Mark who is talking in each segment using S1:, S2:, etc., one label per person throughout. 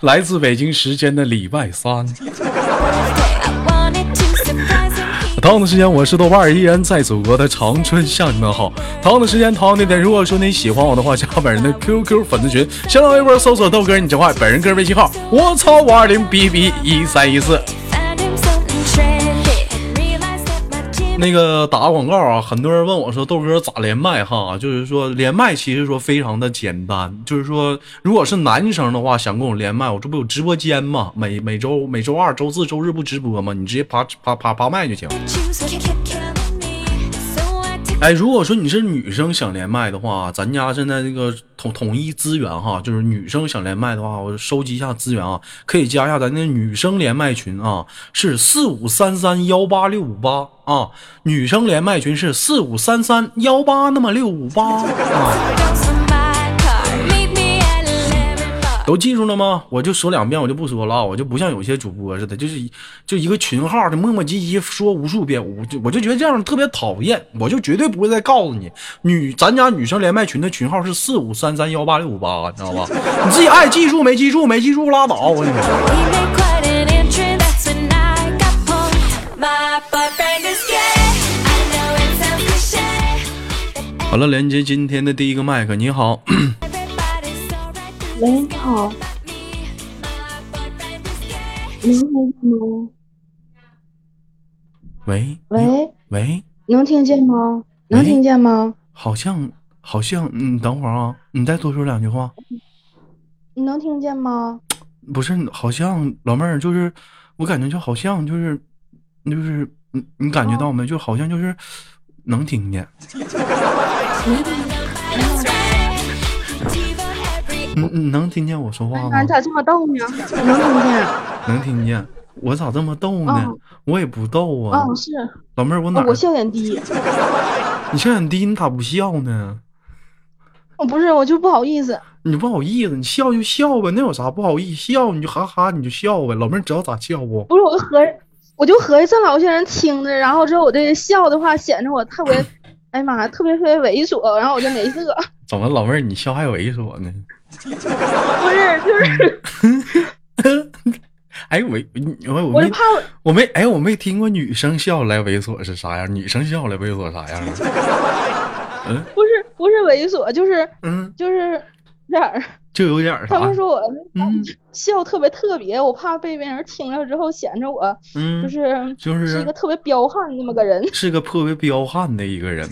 S1: 来自北京时间的礼拜三，同样的时间，我是豆瓣儿，依然在祖国的长春向你们好。同样的时间，同样的地点，如果说你喜欢我的话，加本 人的 QQ 粉丝群，新浪微博搜索豆哥你真坏，本人个人微信号我操五二零 B B 一三一四。那个打广告啊，很多人问我说豆哥咋连麦哈？就是说连麦其实说非常的简单，就是说如果是男生的话，想跟我连麦，我这不有直播间吗？每每周每周二、周四、周日不直播吗？你直接爬爬爬爬麦就行。哎，如果说你是女生想连麦的话，咱家现在那个统统一资源哈，就是女生想连麦的话，我收集一下资源啊，可以加一下咱那女生连麦群啊，是四五三三幺八六五八啊，女生连麦群是四五三三幺八那么六五八啊，都记住了吗？我就说两遍，我就不说了啊，我就不像有些主播似的，就是一就一个群号的磨磨唧唧说无数遍，我就我就觉得这样特别讨厌，我就绝对不会再告诉你，女咱家女生连麦群的群号是四五三三幺八六五八，你知道吧？你自己爱记住没记住，没记住拉倒，我跟你说。好了，连接今天的第一个麦克，你好，
S2: 喂，你好，能听见吗？
S1: 喂
S2: 喂，
S1: 喂，
S2: 能听见吗？能
S1: 喂
S2: 听见吗？
S1: 好像好像，嗯，等会儿啊，你再多说两句话。
S2: 你能听见吗？
S1: 不是，好像老妹儿就是，我感觉就好像就是，就是你你感觉到
S2: 哦
S1: 没？就好像就是能听见， 嗯嗯，能听见我说话
S2: 哎那
S1: 吗
S2: 你？咋这么逗呢？我能听见。
S1: 能听见。我咋这么逗呢？
S2: 哦
S1: 我也不逗啊，
S2: 哦，是，
S1: 老妹儿，我哪
S2: 哦
S1: 儿？
S2: 我笑点低。
S1: 你笑点低，你咋不笑呢？
S2: 哦，不是，我就不好意思。
S1: 你不好意思，你笑就笑呗，那有啥不好意思？笑你就哈哈，你就笑呗。老妹儿知道咋笑不？
S2: 不是，我就合着，我就合计这老些人听着，然后之后我这笑的话，显得我特 别，哎呀妈呀，特别特别猥琐，然后我就没乐。
S1: 怎么，老妹儿你笑还猥琐呢？
S2: 不是，就是
S1: 哎，我你我我
S2: 我
S1: 没
S2: 就怕我，
S1: 我没哎，我没听过女生笑来猥琐是啥样，女生笑来猥琐啥样 啊？
S2: 不是不是猥琐，就是
S1: 嗯，
S2: 就是这样儿。
S1: 就有点儿啥
S2: 他，们说我
S1: 嗯
S2: 笑特别特别，我怕被别人听了之后显着我
S1: 嗯，
S2: 就是
S1: 就是
S2: 一个特别彪悍那么个人。
S1: 是个颇为彪悍的一个 人。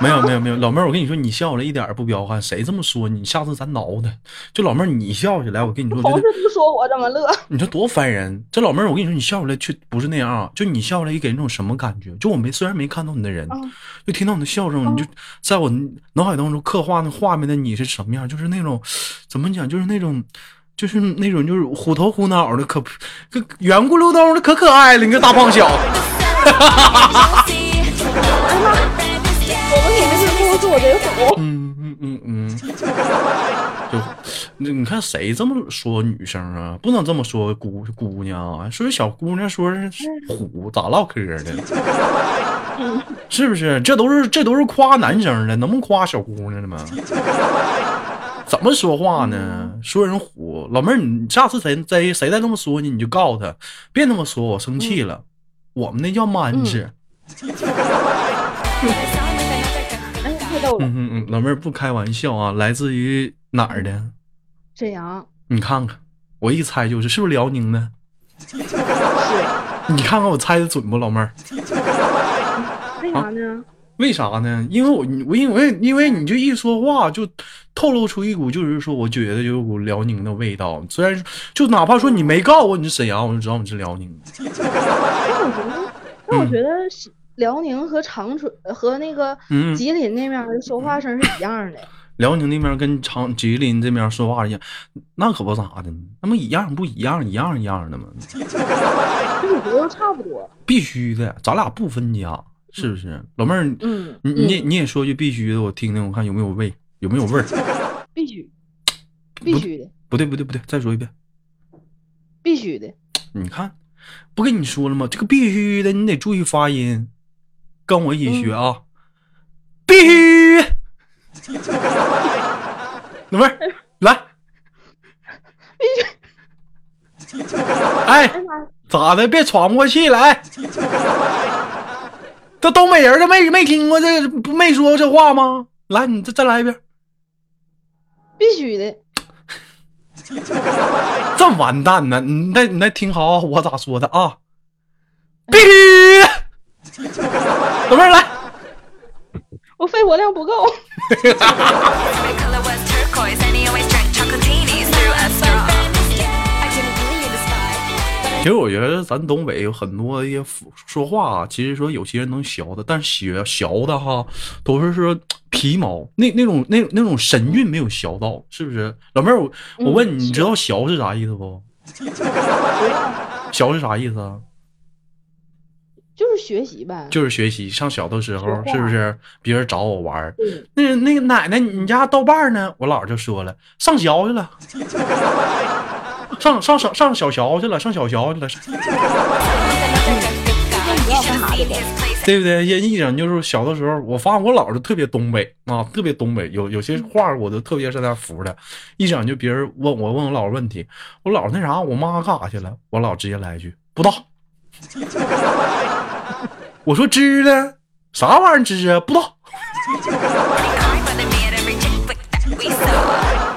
S1: 没有没有没有，老妹儿，我跟你说，你笑了一点儿不彪悍，谁这么说你？下次咱挠他。就老妹儿，你笑起来，我跟你说，
S2: 同
S1: 这
S2: 事都说我这么乐，
S1: 你说多烦人！这老妹儿，我跟你说，你笑出来却不是那样啊，就你笑出来，给人一种什么感觉？就我没虽然没看到你的人，
S2: 嗯
S1: 就听到你的笑声，你就在我脑海当中刻画那画面的你是什么样，就是那种怎么讲，就是那种。就是那种就是虎头虎脑的，可可圆咕溜兜的，可可爱了，你个大胖小子。
S2: 我们女的就说我贼虎。
S1: 嗯嗯嗯嗯， 就你你看谁这么说女生啊？不能这么说姑姑娘啊，说小姑娘说是虎，咋唠嗑呢？ 是不是？这都是这都是夸男生的，能不夸小姑娘的吗？ 怎么说话呢？说人虎，老妹儿，你下次谁谁谁再这么说你，你就告诉他，别那么说，我生气了。我们那叫蛮子。
S2: 哎，太逗了！
S1: 嗯嗯嗯，老妹儿不开玩笑啊，来自于哪儿的？
S2: 沈阳
S1: 你看看，我一猜就是，是不是辽宁的？是。你看看我猜的准不，老妹儿？
S2: 为
S1: 啊
S2: 啥呢？
S1: 为啥呢？因为我你我因为因为你就一说话就透露出一股就是说，我觉得有股辽宁的味道。虽然说就哪怕说你没告诉我你是沈阳，我就知道你是辽宁的。
S2: 但我觉得，但哎我觉得是辽宁和长春和那个
S1: 嗯
S2: 吉林那边的说话声是一样的。
S1: 辽宁那边跟长吉林这边说话一样，那可不咋的，那么一样不一样，一样一样的嘛，
S2: 就是我觉得差不多。
S1: 必须的，咱俩不分家，是不是？老妹儿，
S2: 嗯，
S1: 你你也你也说句必须的，我听听，我看有没有味，有没有味儿。
S2: 必须，必须的，
S1: 不对，不对，不对，再说一遍。
S2: 必须的。
S1: 你看，不跟你说了吗？这个必须的，你得注意发音，跟我一起学啊。必须，老妹儿来，哎咋的？别喘不过气来。这东北人，这没没听过这不没说过这话吗？来，你再再来一遍，
S2: 必须的。
S1: 这完蛋呢！你再你再听好，我咋说的啊？必须的。 老妹儿来，
S2: 我肺活量不够，
S3: Favorite color was turquoise, and he always drank chocolatinis through a straw. I didn't believe the spy.
S1: 其实我觉得咱东北有很多一些说话啊，其实说有些人能学的，但学学的哈都是说皮毛，那那种那那种神韵没有学到，是不是？老妹儿，我我问你，你知道“学”是啥意思不？学是啥意思啊？
S2: 就是学习呗。
S1: 就是学习。上小的时候
S2: 说话
S1: 是不是别人找我玩儿
S2: 嗯？
S1: 那那个奶奶，你家豆瓣儿呢？我姥儿就说了，上学去 了，上上上上小学去了，上小学去了。
S3: You should have seen his place.
S1: 对不对？一一整就是小的时候，我发现我姥就特别东北啊，特别东北，有有些话我都特别是在那服的。一整就别人问我问我姥问题，我姥那啥，我妈干啥去了？我姥直接来一句不知道。 我说知呢，啥玩意儿知啊？不知道。
S3: I wanted me at every chick flick that we saw.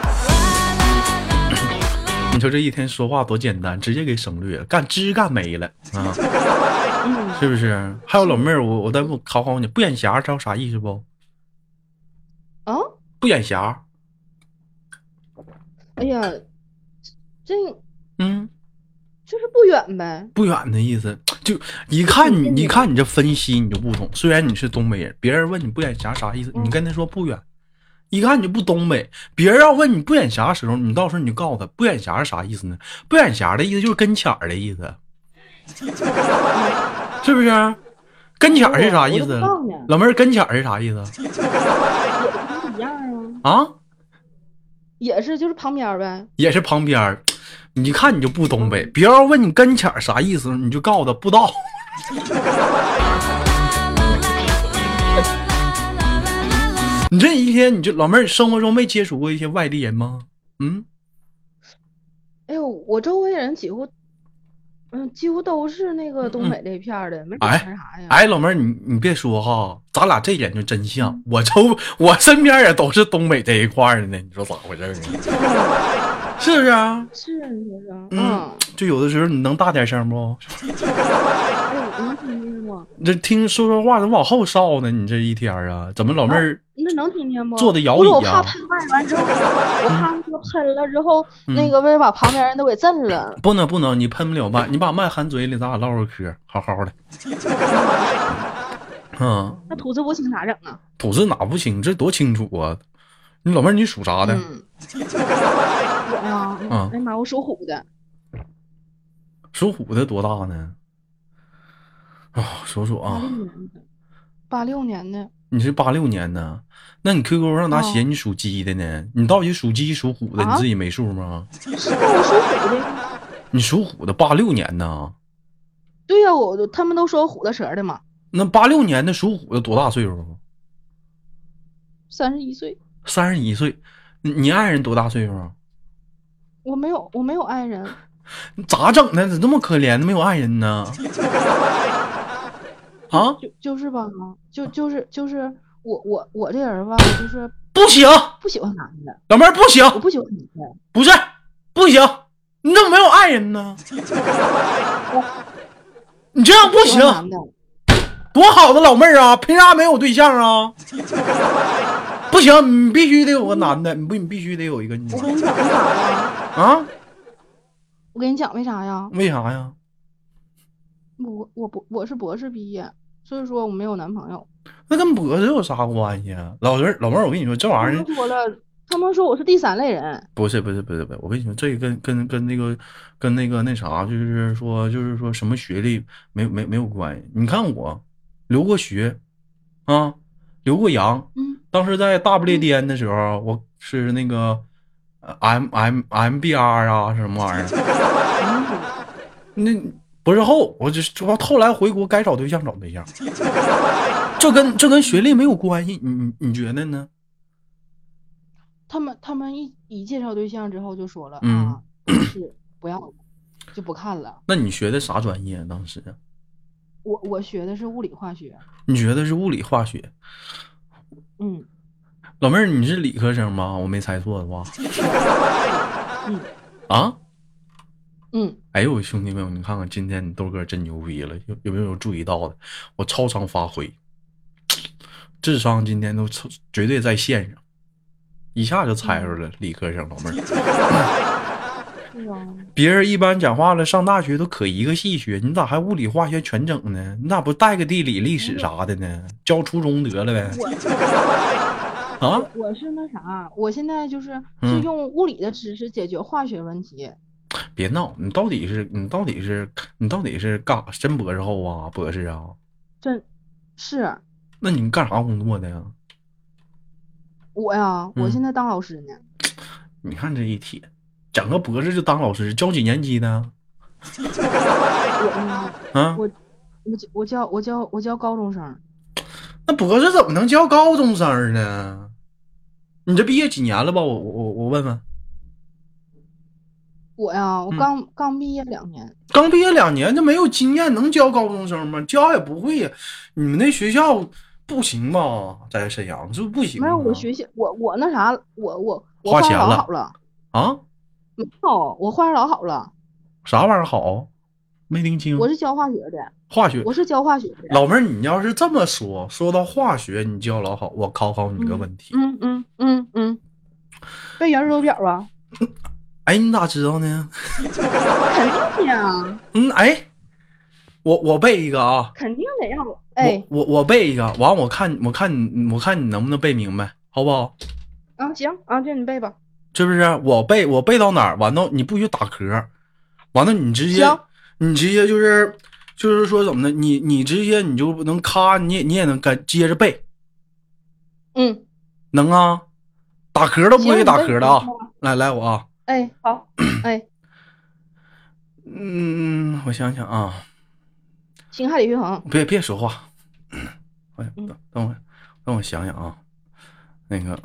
S1: 你说这一天说话多简单，直接给省略了，干知干没了啊，
S2: 嗯，
S1: 是不是？还有老妹儿，我我再问考考你，不眼瞎知道啥意思不？
S2: 啊，
S1: 不眼瞎，
S2: 哎呀，这
S1: 嗯。
S2: 就是不远呗。
S1: 不远的意思，就一看你，一看你这分析你就不懂。虽然你是东北人，别人问你不远霞啥意思，
S2: 嗯
S1: 你跟他说不远，一看你就不东北。别人要问你不远霞的时候，你到时候你就告诉他不远霞是啥意思呢？不远霞的意思就是跟前儿的意思， 是不是？跟前儿是啥意
S2: 我都
S1: 思
S2: 不知道呢？
S1: 老妹儿，跟前儿是啥意思
S2: 不一样啊，
S1: 啊？
S2: 也是就是旁边呗。
S1: 也是旁边儿，你看你就不东北。别人问你跟前儿啥意思，你就告诉他不知道。你这一天，你就老妹儿生活中没接触过一些外地人吗？嗯，
S2: 哎呦，我周围人几乎，嗯，几乎都是那个东北这一片儿的，没
S1: 嗯哎
S2: 准是啥呀？
S1: 哎，老妹儿，你你别说哈，咱俩这眼就真像。我周我身边也都是东北这一块儿的呢，你说咋回事儿呢？是不是啊？
S2: 是啊，你说是啊，
S1: 嗯，就有的时候你能大点声不？
S2: 哎呦，能听见吗？
S1: 你这听说说话怎么往后稍呢？你这一天儿啊，怎么老妹儿？
S2: 那能听见吗？
S1: 坐的摇椅
S2: 不是我
S1: 呀
S2: 怕喷麦完之后，我怕那个喷了之后，
S1: 嗯
S2: 那个为把旁边人都给震了。
S1: 不能不能，你喷不了麦，你把麦含嘴里，咱俩唠会嗑，好好的。 嗯，
S2: 那吐字不清咋整啊？
S1: 吐字哪不清？这多清楚啊！你老妹儿，你属啥的？
S2: 嗯，我呀，
S1: 嗯
S2: 哎呀妈，我属虎的，
S1: 属虎的多大呢？啊、说说啊，
S2: 八六年的，
S1: 你是八六年的，那你 QQ 上咋写你属鸡的呢？你到底属鸡属虎的，
S2: 啊
S1: 你自己没数吗？
S2: 是吗？我属虎的。
S1: 你属虎的，八六年的，
S2: 对呀、我我他们都说我虎了蛇的嘛，
S1: 那八六年的属虎的多大岁数？啊
S2: 三十一岁，
S1: 三十一岁。你你爱人多大岁数啊？
S2: 我没有我没有爱人，
S1: 你咋整的？咋这么可怜呢？没有爱人呢？啊，
S2: 就就是吧，就就是就是我我我这人吧，就是
S1: 不行，
S2: 不喜欢男的，
S1: 老妹儿不行，
S2: 我不喜欢男的，
S1: 不是，不行，你怎么没有爱人 呢？你这样不
S2: 喜
S1: 行，
S2: 欢男的，
S1: 多好的老妹儿啊，凭啥没有对象 啊？不行，你必须得有个男的，你不，你必须得有一个你
S2: 我跟你讲为啥呀？
S1: 啊？
S2: 我跟你讲为啥呀？
S1: 为啥呀？
S2: 我我博我是博士毕业，所以说我没有男朋友。
S1: 那跟脖子有啥关系啊？老人老妹儿，我跟你说，这玩意
S2: 他
S1: 儿
S2: 们说了，他们说我是第三类人，
S1: 不是不是不是不是，我跟你说，这个跟跟跟那个跟那个那啥，就是说就是说什么学历没有没有没有关系。你看我留过学啊，留过洋，
S2: 嗯，
S1: 当时在大不列颠的时候，我是那个呃 M M M B R 啊什么玩意儿，那博士后，我就是我后来回国该找对象找对象，这跟这跟学历没有关系，你你你觉得呢？
S2: 他们他们一一介绍对象之后就说了、
S1: 嗯
S2: 啊，是不要了，就不看了。
S1: 那你学的啥专业？啊当时
S2: 我我学的是物理化学，
S1: 你学的是物理化学？
S2: 嗯
S1: 老妹儿，你是理科生吧？我没猜错的吧？
S2: 嗯
S1: 啊？
S2: 嗯，
S1: 哎呦，兄弟们，你看看今天你豆哥真牛逼了，有有没有注意到的？我超常发挥，智商今天都超绝对在线上，一下就猜出来了理科生老妹儿。
S2: 是啊，
S1: 别人一般讲话了，上大学都可一个系学，你咋还物理化学全整呢？你咋不带个地理历史啥的呢？教初中得了呗？啊，
S2: 我是那啥，我现在就是
S1: 嗯
S2: 是用物理的知识解决化学问题。
S1: 别闹！你到底是你到底是你到底是干啥？真博士后啊，博士啊？
S2: 真是
S1: 那你干啥工作的呀？
S2: 我呀，我
S1: 嗯
S2: 现在当老师呢。
S1: 你看这一天，整个博士就当老师，教几年级的
S2: 我呢
S1: 啊？
S2: 我教我教我教我教高中生儿，
S1: 那博士怎么能教高中生儿呢？你这毕业几年了吧？我我我我问问，
S2: 我呀，我
S1: 嗯
S2: 刚、刚毕业两年，
S1: 刚毕业两年就没有经验，能教高中生吗？教也不会呀。你们那学校不行吧？在沈阳是不是不行啊？
S2: 没有我学习，我我那啥，我我我
S1: 花
S2: 画
S1: 钱
S2: 老
S1: 了
S2: 好了，
S1: 啊？
S2: 没有，我画老好了，
S1: 啥玩意儿好？没听清。
S2: 我是教化学的，
S1: 化学
S2: 我是教化学的。
S1: 嗯老妹儿，你要是这么说，说到化学，你教老好，我考考你个问题。
S2: 嗯嗯嗯嗯，背圆周表啊，
S1: 哎，你咋知道呢？
S2: 肯定呀，
S1: 嗯，哎，我我背一个啊，
S2: 肯定得让我哎
S1: 我我我背一个，完我看我看你我看你能不能背明白，好不好？
S2: 啊行啊，这你背吧，
S1: 是不是？我背我背到哪儿，完了你不许打嗝，完了你直接
S2: 行
S1: 你直接就是就是说怎么的，你你直接你就能咔，你也你也能跟接着背，
S2: 嗯，
S1: 能啊？打嗝都不
S2: 行
S1: 许
S2: 你
S1: 打
S2: 背
S1: 嗝
S2: 你
S1: 的啊
S2: 背！
S1: 来来我啊，
S2: 哎好，哎，
S1: 嗯，我想想啊。
S2: 辛亥李玉衡，
S1: 别别说话，我等
S2: 嗯
S1: 等我等我想想啊，那个，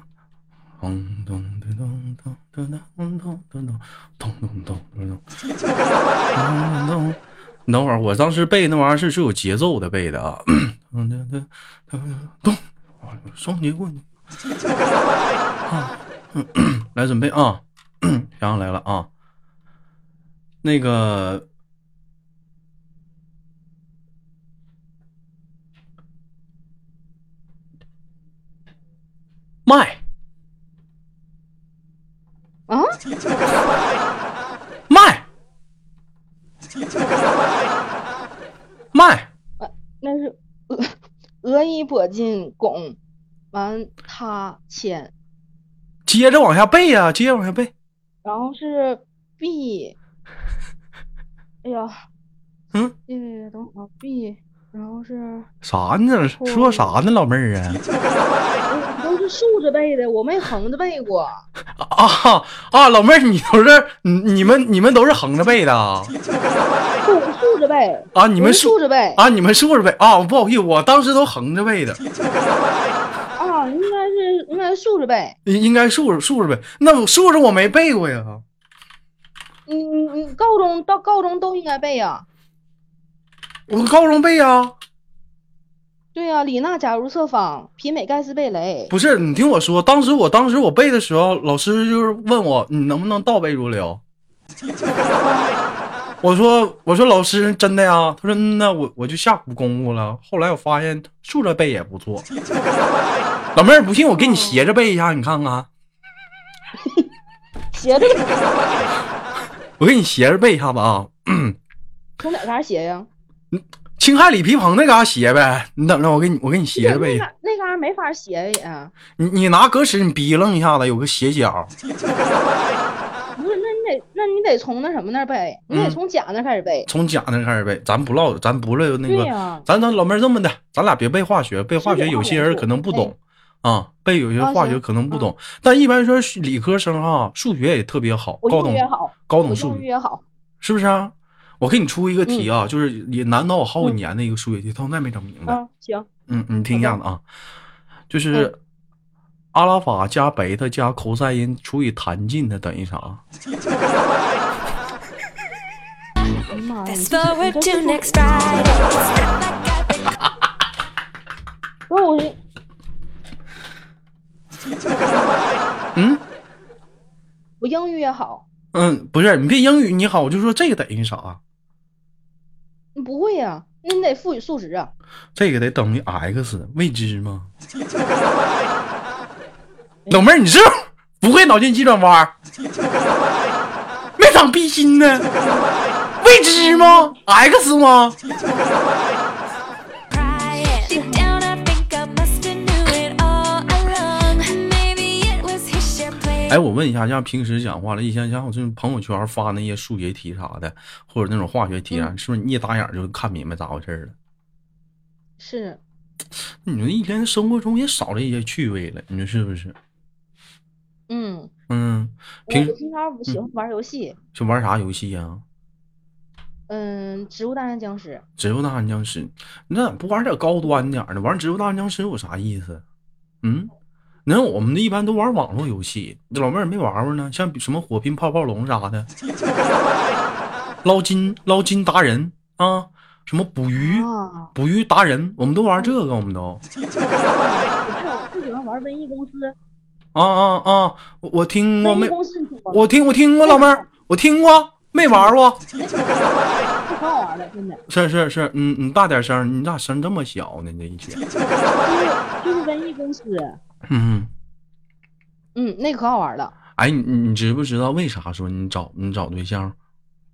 S1: 咚咚咚咚咚咚咚咚咚咚咚咚咚咚咚咚咚。你等会儿，我当时背那玩意儿是是有节奏的背的啊， 咚咚咚咚咚，哎双截棍，啊来准备啊， 想想来了啊，那个麦
S2: 啊
S1: 麦麦。
S2: 那是俄俄伊铂金汞，完他铅，
S1: 接着往下背呀、接着往下背。
S2: 然后是 B，哎呀，
S1: 嗯，
S2: 那个等会儿啊 B，然后是
S1: 啥呢？说啥呢，老妹儿啊？
S2: 我都是竖着背的，我没横着背过。
S1: 啊啊，老妹儿，你都是你你们你们都是横着背的啊？
S2: 竖竖着背，
S1: 啊你
S2: 我
S1: 们
S2: 是
S1: 竖
S2: 竖着背
S1: 啊，你们竖着背啊？不好意思，我当时都横着背的，
S2: 啊，应该是应该是竖着背。
S1: 应应该竖着竖着背。那我竖着我没背过呀。
S2: 你你你高中到高中都应该背啊呀、
S1: 我高中背啊，
S2: 对呀、李娜假如侧方，皮美盖斯贝雷。
S1: 不是你听我说，当时我当时我背的时候，老师就是问我你能不能倒背如流， 我说我说老师真的呀，他说嗯呐，我我就下苦功夫了。后来我发现竖着背也不错， 老妹儿不信我给你斜着背一下，你看啊看，
S2: 斜着背
S1: 我给你斜着背一下子啊，
S2: 从哪嘎斜呀？
S1: 青海里皮蓬那嘎斜呗，你等着我给你我给你斜着背一
S2: 那
S1: 下，
S2: 嘎那嘎没法斜呀也。
S1: 你你拿格尺你逼楞一下子，有个斜角，
S2: 不是，那你得，那你得从那什么那儿背，你得
S1: 嗯
S2: 从甲那儿开始背。
S1: 从甲那开始背，咱不唠，咱不是那
S2: 对
S1: 个。
S2: 呀、
S1: 咱咱老妹儿这么的，咱俩别背化学，背化学
S2: 是
S1: 有些人可能不懂啊，背有些
S2: 啊
S1: 化
S2: 行
S1: 学可能不懂。但一般说是理科生啊，数学也特别好，
S2: 我
S1: 高
S2: 英
S1: 等
S2: 语也好，
S1: 高
S2: 我
S1: 等数
S2: 英语
S1: 学
S2: 也好。
S1: 是不是啊？我给你出一个题啊，就是也难倒我好几年的一个数学题，到现在没整明白。
S2: 啊，行，
S1: 嗯，你听一下子啊，就是阿拉法加贝塔加 cos 因除以弹进的等于啥？
S2: 哎呀妈呀，你
S3: Fast
S2: 这是
S3: forward
S2: 你这
S3: to
S2: 是
S3: next Friday. Step back up and
S2: 不是我是
S1: 嗯
S2: 我英语也好，
S1: 嗯，不是，你别英语你好，我就说这个等于啥？啊
S2: 你不会呀、那你得赋予数值啊。
S1: 这个得等于 x 未知吗？ 老妹儿，你是不是不会脑筋急转弯儿？没长逼心呢？未知吗？x 吗？
S3: cry it. Deep down, I think I must have knew it all along. Maybe it was his share play.
S1: 哎，我问一下，像平时讲话了，一像像我这种朋友圈发那些数学题啥的，或者那种化学题啊，是不是你一打眼儿就看明白咋回事儿了？
S2: 是，
S1: 你说一天生活中也少了一些趣味了，你说是不是？
S2: 嗯，
S1: 嗯，
S2: 我
S1: 平
S2: 我平常喜欢玩游戏，
S1: 就玩啥游戏呀、啊？
S2: 嗯，植物大战僵尸，
S1: 植物大战僵尸，你咋不玩点高端点儿的？玩植物大战僵尸有啥意思？嗯，你看我们一般都玩网络游戏，这老妹儿没玩过呢，像比什么火拼泡泡龙啥的， 捞金捞金达人啊，什么捕鱼
S2: 啊，
S1: 捕鱼达人，我们都玩这个，我们都
S2: 我还有最喜欢玩瘟疫公司，
S1: 啊啊啊！我我听过
S2: 瘟
S1: 没
S2: 疫？公司你听过吗？
S1: 我听我听过，老妹儿，我听过没玩过？
S2: 这可好玩了，真的，
S1: 是是是，嗯，你大点声儿，你咋声这么小呢？这一天，
S2: 就是瘟疫公司，
S1: 嗯。
S2: 嗯，那可好玩了。
S1: 哎，你你你知不知道为啥说你找你找对象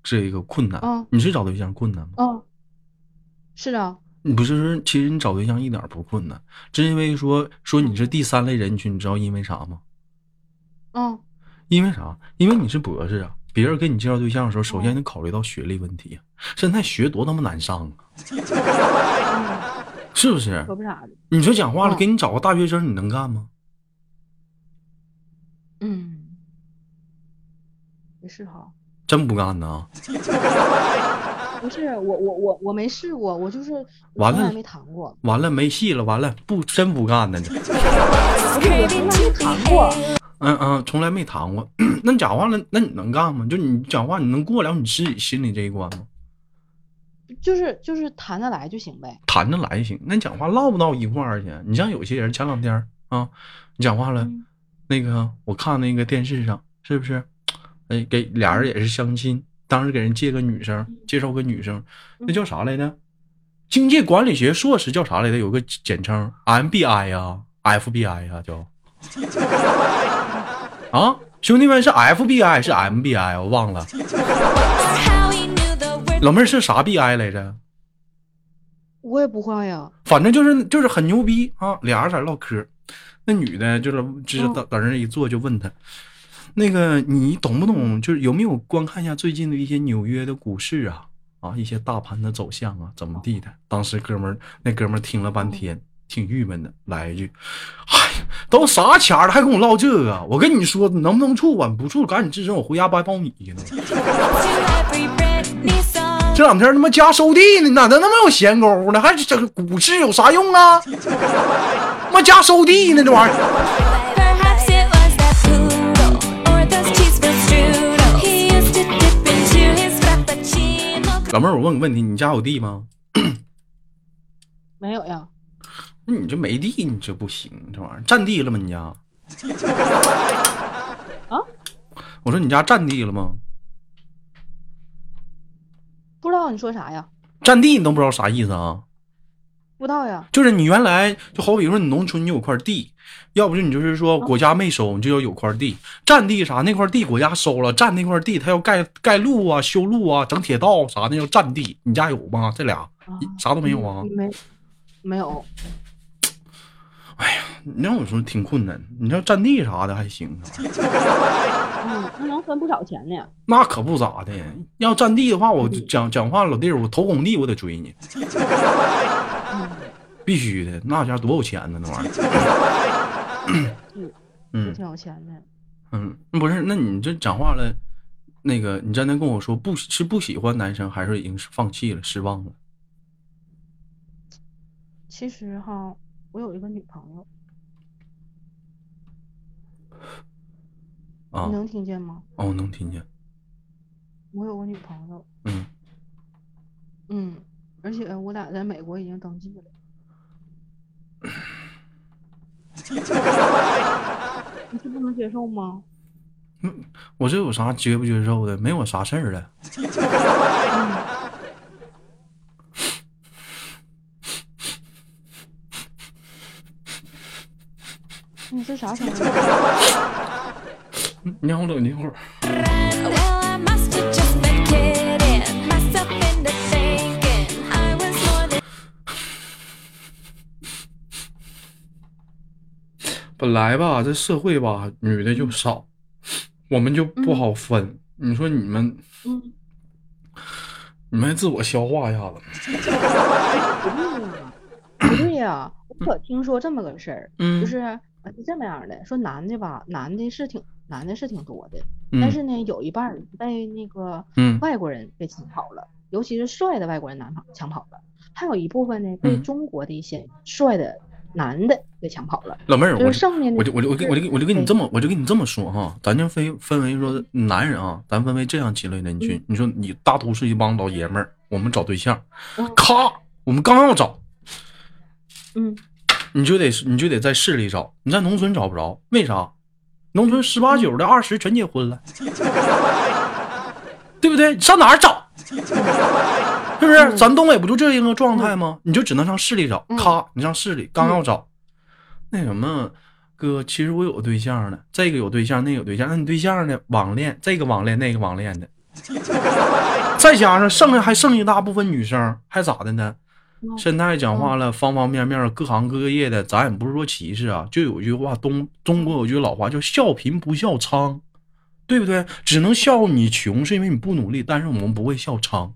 S1: 这个困难？
S2: 嗯
S1: 你是找对象困难吗？
S2: 嗯，是啊，
S1: 你不是说，其实你找对象一点儿不困难，是因为说说你是第三类人群，你知道因为啥吗？
S2: 嗯，
S1: 因为啥？因为你是博士啊，别人给你介绍对象的时候，首
S2: 哦
S1: 先得考虑到学历问题啊。现在学多他妈难 上啊，是不是
S2: 可？不咋的，
S1: 你说讲话了，
S2: 嗯
S1: 给你找个大学生，你能干吗？
S2: 嗯，也是哈。
S1: 真不干呐！
S2: 不是我我我我没试过，我就是我
S1: 完
S2: 从
S1: 了
S2: 来没谈过。
S1: 完了，没戏了，完了，不真不干呢。这
S2: 不是我从来没谈过，
S1: 嗯嗯，从来没谈过。 那你讲话了，那你能干吗？就你讲话，你能过了你自己心里这一关吗？
S2: 就是就是谈得来就行呗。
S1: 谈得来行，那你讲话唠不到一块儿去。你像有些人前两天儿啊，你讲话了，
S2: 嗯
S1: 那个我看那个电视上是不是？哎，给俩人也是相亲，当时给人介个女生，介绍个女生，那叫啥来着？经济管理学硕士叫啥来着？有个简称 MBI 呀、FBI 呀、叫。 啊，兄弟们是 FBI 是 MBI 我忘了，
S3: Or how he knew the word.
S1: 老妹儿是啥 BI 来着？
S2: 我也不会呀。
S1: 反正就是就是很牛逼啊，俩人在唠嗑儿，那女的就是知道
S2: 嗯
S1: 在在那一坐就问他，那个你懂不懂？就是有没有观看一下最近的一些纽约的股市啊啊一些大盘的走向啊怎么地的？当时哥们儿那哥们儿听了半天。挺郁闷的，来一句：“哎呀，都啥钱儿了，还跟我唠这个？啊我跟你说，能不能处啊？不处，赶紧自身我回家掰苞米去了。
S3: to every Britney song.
S1: 这两天他妈家收地呢，哪能那么有闲工夫呢？还这股市有啥用啊？妈家收地呢，这玩意儿。
S3: Perhaps it was that poodle or those cheese strudel. He used to dip into his frappuccino.
S1: 老妹儿，我问个问题，你家有地吗？
S2: 没有呀，
S1: 那你这没地，你这不行，这玩意儿占地了吗？你家？啊？我说你家占地了吗？
S2: 不知道你说啥呀？
S1: 占地你都不知道啥意思啊？
S2: 不知道呀。
S1: 就是你原来就好比说你农村你有块地，要不就你就是说国家没收，你就要有块地占地啥，那块地国家收了，占那块地他要盖盖路啊、修路啊、整铁道啥的要占地，你家有吗？这俩啥都没有啊？
S2: 没没有，
S1: 你让我说挺困难，你要占地啥的还行，啊
S2: 嗯，那能分不少钱呢。
S1: 那可不咋的。要占地的话，我就讲讲话老弟儿，我头拱地我得追你， 必须的，那家多有钱呢那玩意儿。
S2: 嗯，
S1: 嗯
S2: 也。挺有钱的。
S1: 嗯，不是，那你这讲话了，那个你刚才跟我说不是不喜欢男生，还是已经是放弃了、失望了？
S2: 其实哈，我有一个女朋友，
S1: 啊
S2: 你，能听见吗？
S1: 啊哦，能听见，
S2: 我有个女朋友，
S1: 嗯，
S2: 嗯，而且我俩在美国已经登记了。 你是不能接受吗？
S1: 我这有啥接不接受的？没我啥事儿了。
S2: 嗯你是啥情况？
S1: 嗯你好，冷静一会儿。
S3: Well, I must have just been kidding. Must have been the thinking. I was more than
S1: 本来吧，这社会吧，女的就少，我们就不好分。你说你们，
S2: 嗯
S1: 你们自我消化一下子。
S2: 不对呀，不对呀，我可听说这么个事儿，
S1: 嗯，
S2: 就是呃是这么样的，说男的吧，男的是挺男的是挺多的，
S1: 嗯，
S2: 但是呢，有一半儿被那个
S1: 嗯
S2: 外国人给抢跑了，尤其是帅的外国人男跑抢跑了，还有一部分呢被
S1: 嗯
S2: 中国的一些帅的男的给抢跑了，
S1: 老妹儿，
S2: 就
S1: 我
S2: 是剩下的
S1: 我就我就我就我就我就跟你
S2: 对
S1: 这么我就跟你这么说哈，咱就分分为说男人啊，咱分为这样几类人群。你说你大都市一帮老爷们儿，我们找对象
S2: 嗯，
S1: 咔，我们刚要找，
S2: 嗯
S1: 你就得你就得在市里找，你在农村找不着，为啥？农村十八九的二十全结婚了，对不对？上哪儿找？是不是？咱东北不就这一个状态吗？你就只能上市里找，
S2: 嗯
S1: 咔，你上市里刚要找，那什么。哥，其实我有对象了，这个有对象，那个有对象，那你对象呢？网恋，这个网恋，那个网恋的， 再加上剩下还剩一大部分女生，还咋的呢？现在讲话了，方方面面，各行各业的，咱也不是说歧视啊。就有句话，东中国有句老话叫“笑贫不笑娼”，对不对？只能笑你穷，是因为你不努力，但是我们不会笑娼，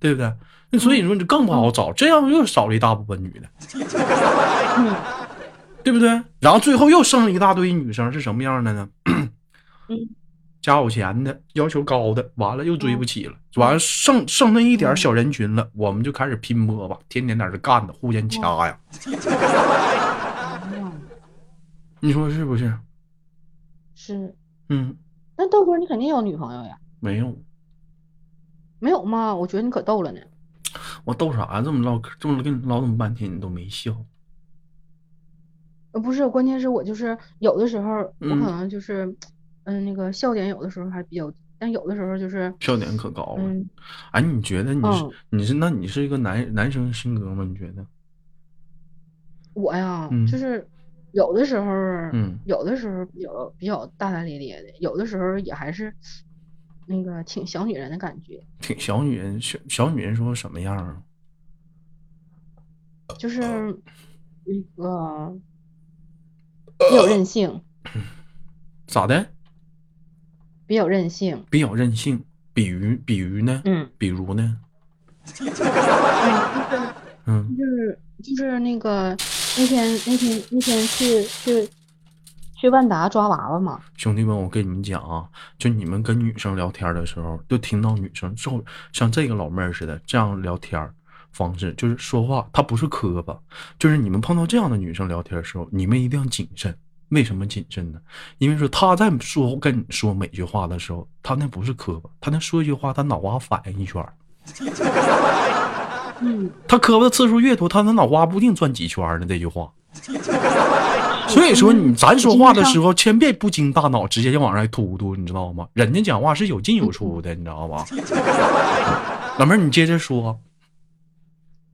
S1: 对不对？那所以说你就更不好找，这样又少了一大部分女的，对不对？然后最后又剩了一大堆女生，是什么样的呢？家有钱的，要求高的，完了又追不起了，完了剩剩那一点小人群了，我们就开始拼搏吧，天天在这干的，互相掐呀，
S2: 嗯
S1: 你说是不是？
S2: 是，
S1: 嗯，
S2: 那豆哥你肯定有女朋友呀？
S1: 没有，
S2: 没有吗？我觉得你可逗了呢。
S1: 我逗啥呀？这么唠嗑，这么跟你唠这么半天，你都没笑。
S2: 呃，不是，关键是我就是有的时候我可
S1: 嗯
S2: 能就是，嗯、那个笑点有的时候还比较，但有的时候就是，
S1: 笑点可高了，
S2: 嗯，
S1: 哎，你觉得你是、
S2: 嗯
S1: 你是那你是一个男男生性格吗？你觉得？
S2: 我呀，
S1: 嗯
S2: 就是有的时候，
S1: 嗯
S2: 有的时候比较比较大大咧咧的，有的时候也还是那个挺小女人的感觉，
S1: 挺小女人，小小女人说什么样啊？
S2: 就是
S1: 呃
S2: 那个比较任性，
S1: 咋的？
S2: 比较任性，
S1: 比较任性，比如比如呢？
S2: 嗯，
S1: 比如呢？嗯
S2: 嗯，就是。就是就是那个那天那天那天去去去万达抓娃娃嘛，
S1: 兄弟们，我跟你们讲啊，就你们跟女生聊天的时候，就听到女生就像这个老妹儿似的这样聊天儿方式，就是说话，她不是磕巴，就是你们碰到这样的女生聊天的时候，你们一定要谨慎。为什么谨慎呢？因为说她在说跟你说每句话的时候，她那不是磕巴，她那说一句话，她脑瓜反应一圈儿，
S2: 嗯，
S1: 她磕巴的次数越多，她那脑瓜不一定转几圈儿呢。这句话。
S2: 嗯
S1: 所以说你咱说话的时候，千别不嗯经大脑，直接就往上突突，你知道吗？人家讲话是有进有出的，你知道吧？ 老妹儿，你接着说，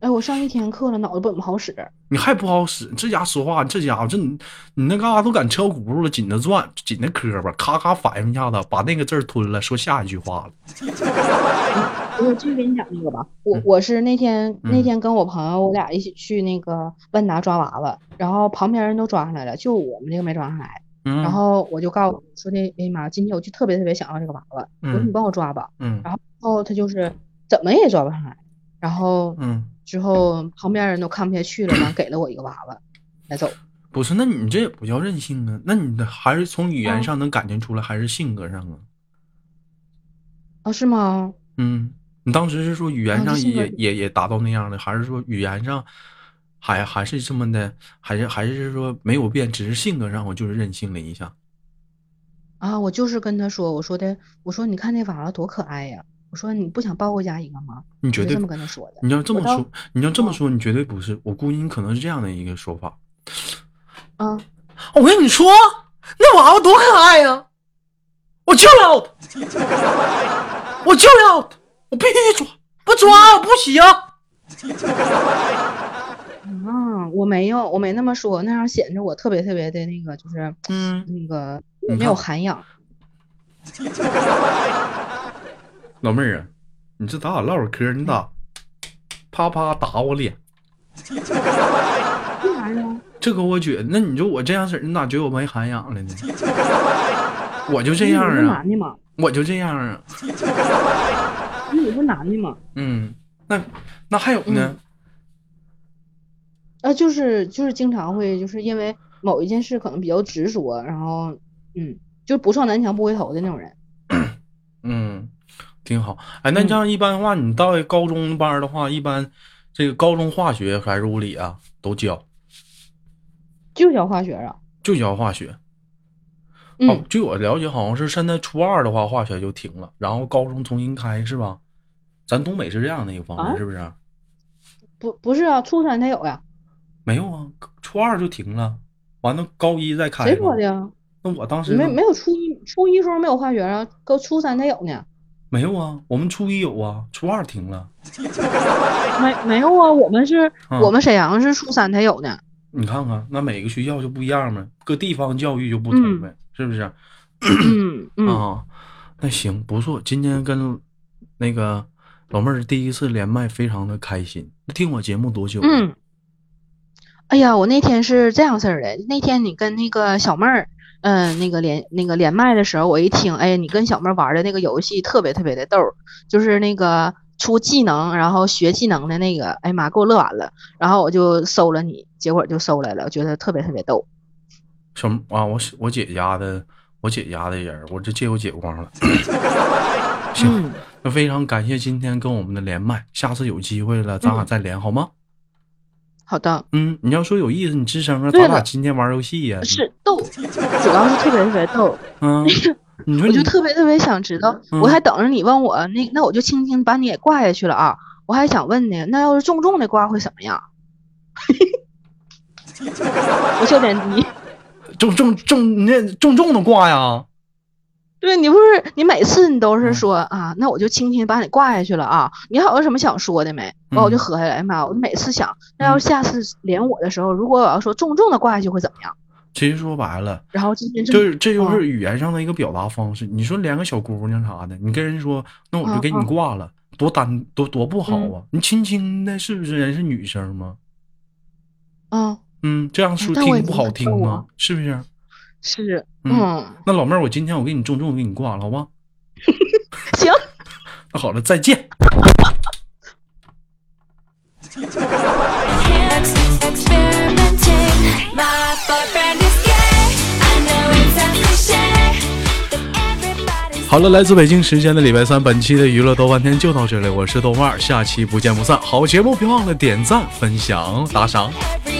S2: 哎，我上一天课了，脑子不怎么好使，
S1: 你还不好使，这家伙说话，这家伙这你你那嘎达都敢车轱辘了，紧着转，紧着磕巴，咔咔反应一下子，把那个字儿吞了，说下一句话了。
S2: 我继续给你讲那个吧。我
S1: 嗯
S2: 我是那天那天跟我朋友，我俩一起去那个万达抓娃娃，然后旁边人都抓上来了，就我们这个没抓上来。
S1: 嗯，
S2: 然后我就告诉他说的，哎呀妈，今天我就特别特别想要这个娃娃，我说你
S1: 嗯
S2: 帮我抓吧。
S1: 嗯
S2: 然后他就是怎么也抓不上来，然后
S1: 嗯，
S2: 之后旁边人都看不下去了，完给了我一个娃娃，带走。
S1: 不是，那你这也不叫任性啊，那你的还是从语言上能感觉出来，还是性格上啊？
S2: 啊，是吗？
S1: 嗯，你当时是说语言
S2: 啊
S1: 上
S2: 这性格
S1: 也
S2: 是
S1: 也也达到那样的，还是说语言上还还是这么的，还是还是说没有变，只是性格上我就是任性了一下。
S2: 啊，我就是跟他说，我说的，我说你看那娃娃多可爱呀、我说你不想抱回家一个吗？
S1: 你
S2: 我
S1: 绝
S2: 就
S1: 对
S2: 这么跟他说的。
S1: 你要这么
S2: 我当
S1: 说，你要这么说，你绝对不是。我估计你可能是这样的一个说法。
S2: 啊，
S1: 哦我跟你说，那娃娃多可爱呀、我就要它，我就要它，我必须抓，不抓我不行。
S2: 啊，我没有，我没那么说，那样显着我特别特别的那个，就是
S1: 嗯，
S2: 那个
S1: 你
S2: 没有
S1: 看
S2: 涵养。
S1: 老妹儿啊，你这咱俩唠会儿嗑，你咋啪啪打我脸？
S2: 为啥呀？
S1: 这个我觉得，那你说我这样式儿，你咋觉得我没涵养了呢？ 我就这样
S2: 哎你不是
S1: 啊，
S2: 男的吗？
S1: 我就这样啊。
S2: 你不是男的吗？
S1: 嗯，那那还有呢？
S2: 啊，就是就是经常会就是因为某一件事可能比较执着，然后嗯，就不撞南墙不回头的那种人。
S1: 嗯，挺好。哎，
S2: 嗯
S1: 那你像一般的话，你到高中班儿的话，一般这个高中化学还是物理啊都教，
S2: 就教化学啊，
S1: 就教化学。
S2: 嗯，
S1: 哦，据我了解，好像是现在初二的话，化学就停了，然后高中重新开是吧？咱东北是这样的一个方式，
S2: 啊
S1: 是不是？
S2: 不不是啊，初三才有呀，
S1: 没有啊，初二就停了，完了高一再开。
S2: 谁说的？呀？
S1: 那我当时
S2: 没
S1: 就
S2: 没有初一初一时候没有化学啊，高初三才有呢。
S1: 没有啊，我们初一有啊，初二停了。
S2: 没没有啊，我们是、
S1: 啊
S2: 我们沈阳是初三才有 呢。
S1: 你看看，那每个学校就不一样呗，各地方教育就不同呗，是不是？啊、
S2: 嗯
S1: 哦
S2: 嗯，
S1: 那行不错，今天跟那个老妹儿第一次连麦，非常的开心。听我节目多久了？
S2: 嗯，哎呀，我那天是这样式儿的，那天你跟那个小妹儿，嗯、那个连那个连麦的时候，我一听，哎呀，你跟小妹儿玩的那个游戏特别特别的逗儿，就是那个出技能，然后学技能的那个，哎呀妈，给我乐完了，然后我就搜了你，结果就搜来了，我觉得特别特别逗。
S1: 小妹啊，我我姐家的，我姐家的人，我这借我姐光 了。行，
S2: 嗯，
S1: 那非常感谢今天跟我们的连麦，下次有机会
S2: 嗯
S1: 了，咱俩再连、好吗？
S2: 好的，
S1: 嗯，你要说有意思，你吱声啊，
S2: 对
S1: 咱俩
S2: 了
S1: 今天玩游戏呀、
S2: 是逗，主要是特别特别逗。
S1: 嗯，你说
S2: 我
S1: 你
S2: 就特别特别想知道，
S1: 嗯
S2: 我还等着你问我，那那我就轻轻把你也挂下去了啊！我还想问呢，那要是重重的挂会什么样？ 我笑点低。
S1: 重重重，你那重重的挂呀。
S2: 对你不是你每次你都
S1: 嗯
S2: 是说啊，那我就轻轻把你挂下去了啊！你还有什么想说的没？完我就
S1: 嗯
S2: 合下来，哎妈！我每次想，那要是下次连我的时候，如果我要说重重的挂下去会怎么样？
S1: 其实说白了，
S2: 然后今天这
S1: 就
S2: 么
S1: 是这就
S2: 哦
S1: 是语言上的一个表达方式。你说连个小姑娘啥的，你跟人说，那我就
S2: 嗯
S1: 给你
S2: 嗯
S1: 挂了，多单多多不好啊！你轻轻的，是不是人是女生吗？
S2: 嗯
S1: 嗯，这样
S2: 哎
S1: 说
S2: 但我
S1: 听
S2: 已
S1: 不
S2: 经
S1: 好
S2: 很
S1: 听
S2: 逗
S1: 吗
S2: 了？
S1: 是不是？
S2: 是
S1: 嗯
S2: 嗯
S1: 那老妹儿，我今天我给你重重地给你挂了，好吧？
S2: 行。
S1: 那好了，再见。
S3: Ex- experimenting. My boyfriend is gay. I know it's a cliche, but everybody's
S1: 好了，来自北京时间的礼拜三，本期的娱乐豆瓣天就到这里，我是豆瓣儿，下期不见不散。好节目别忘了点赞、分享、打赏。
S3: every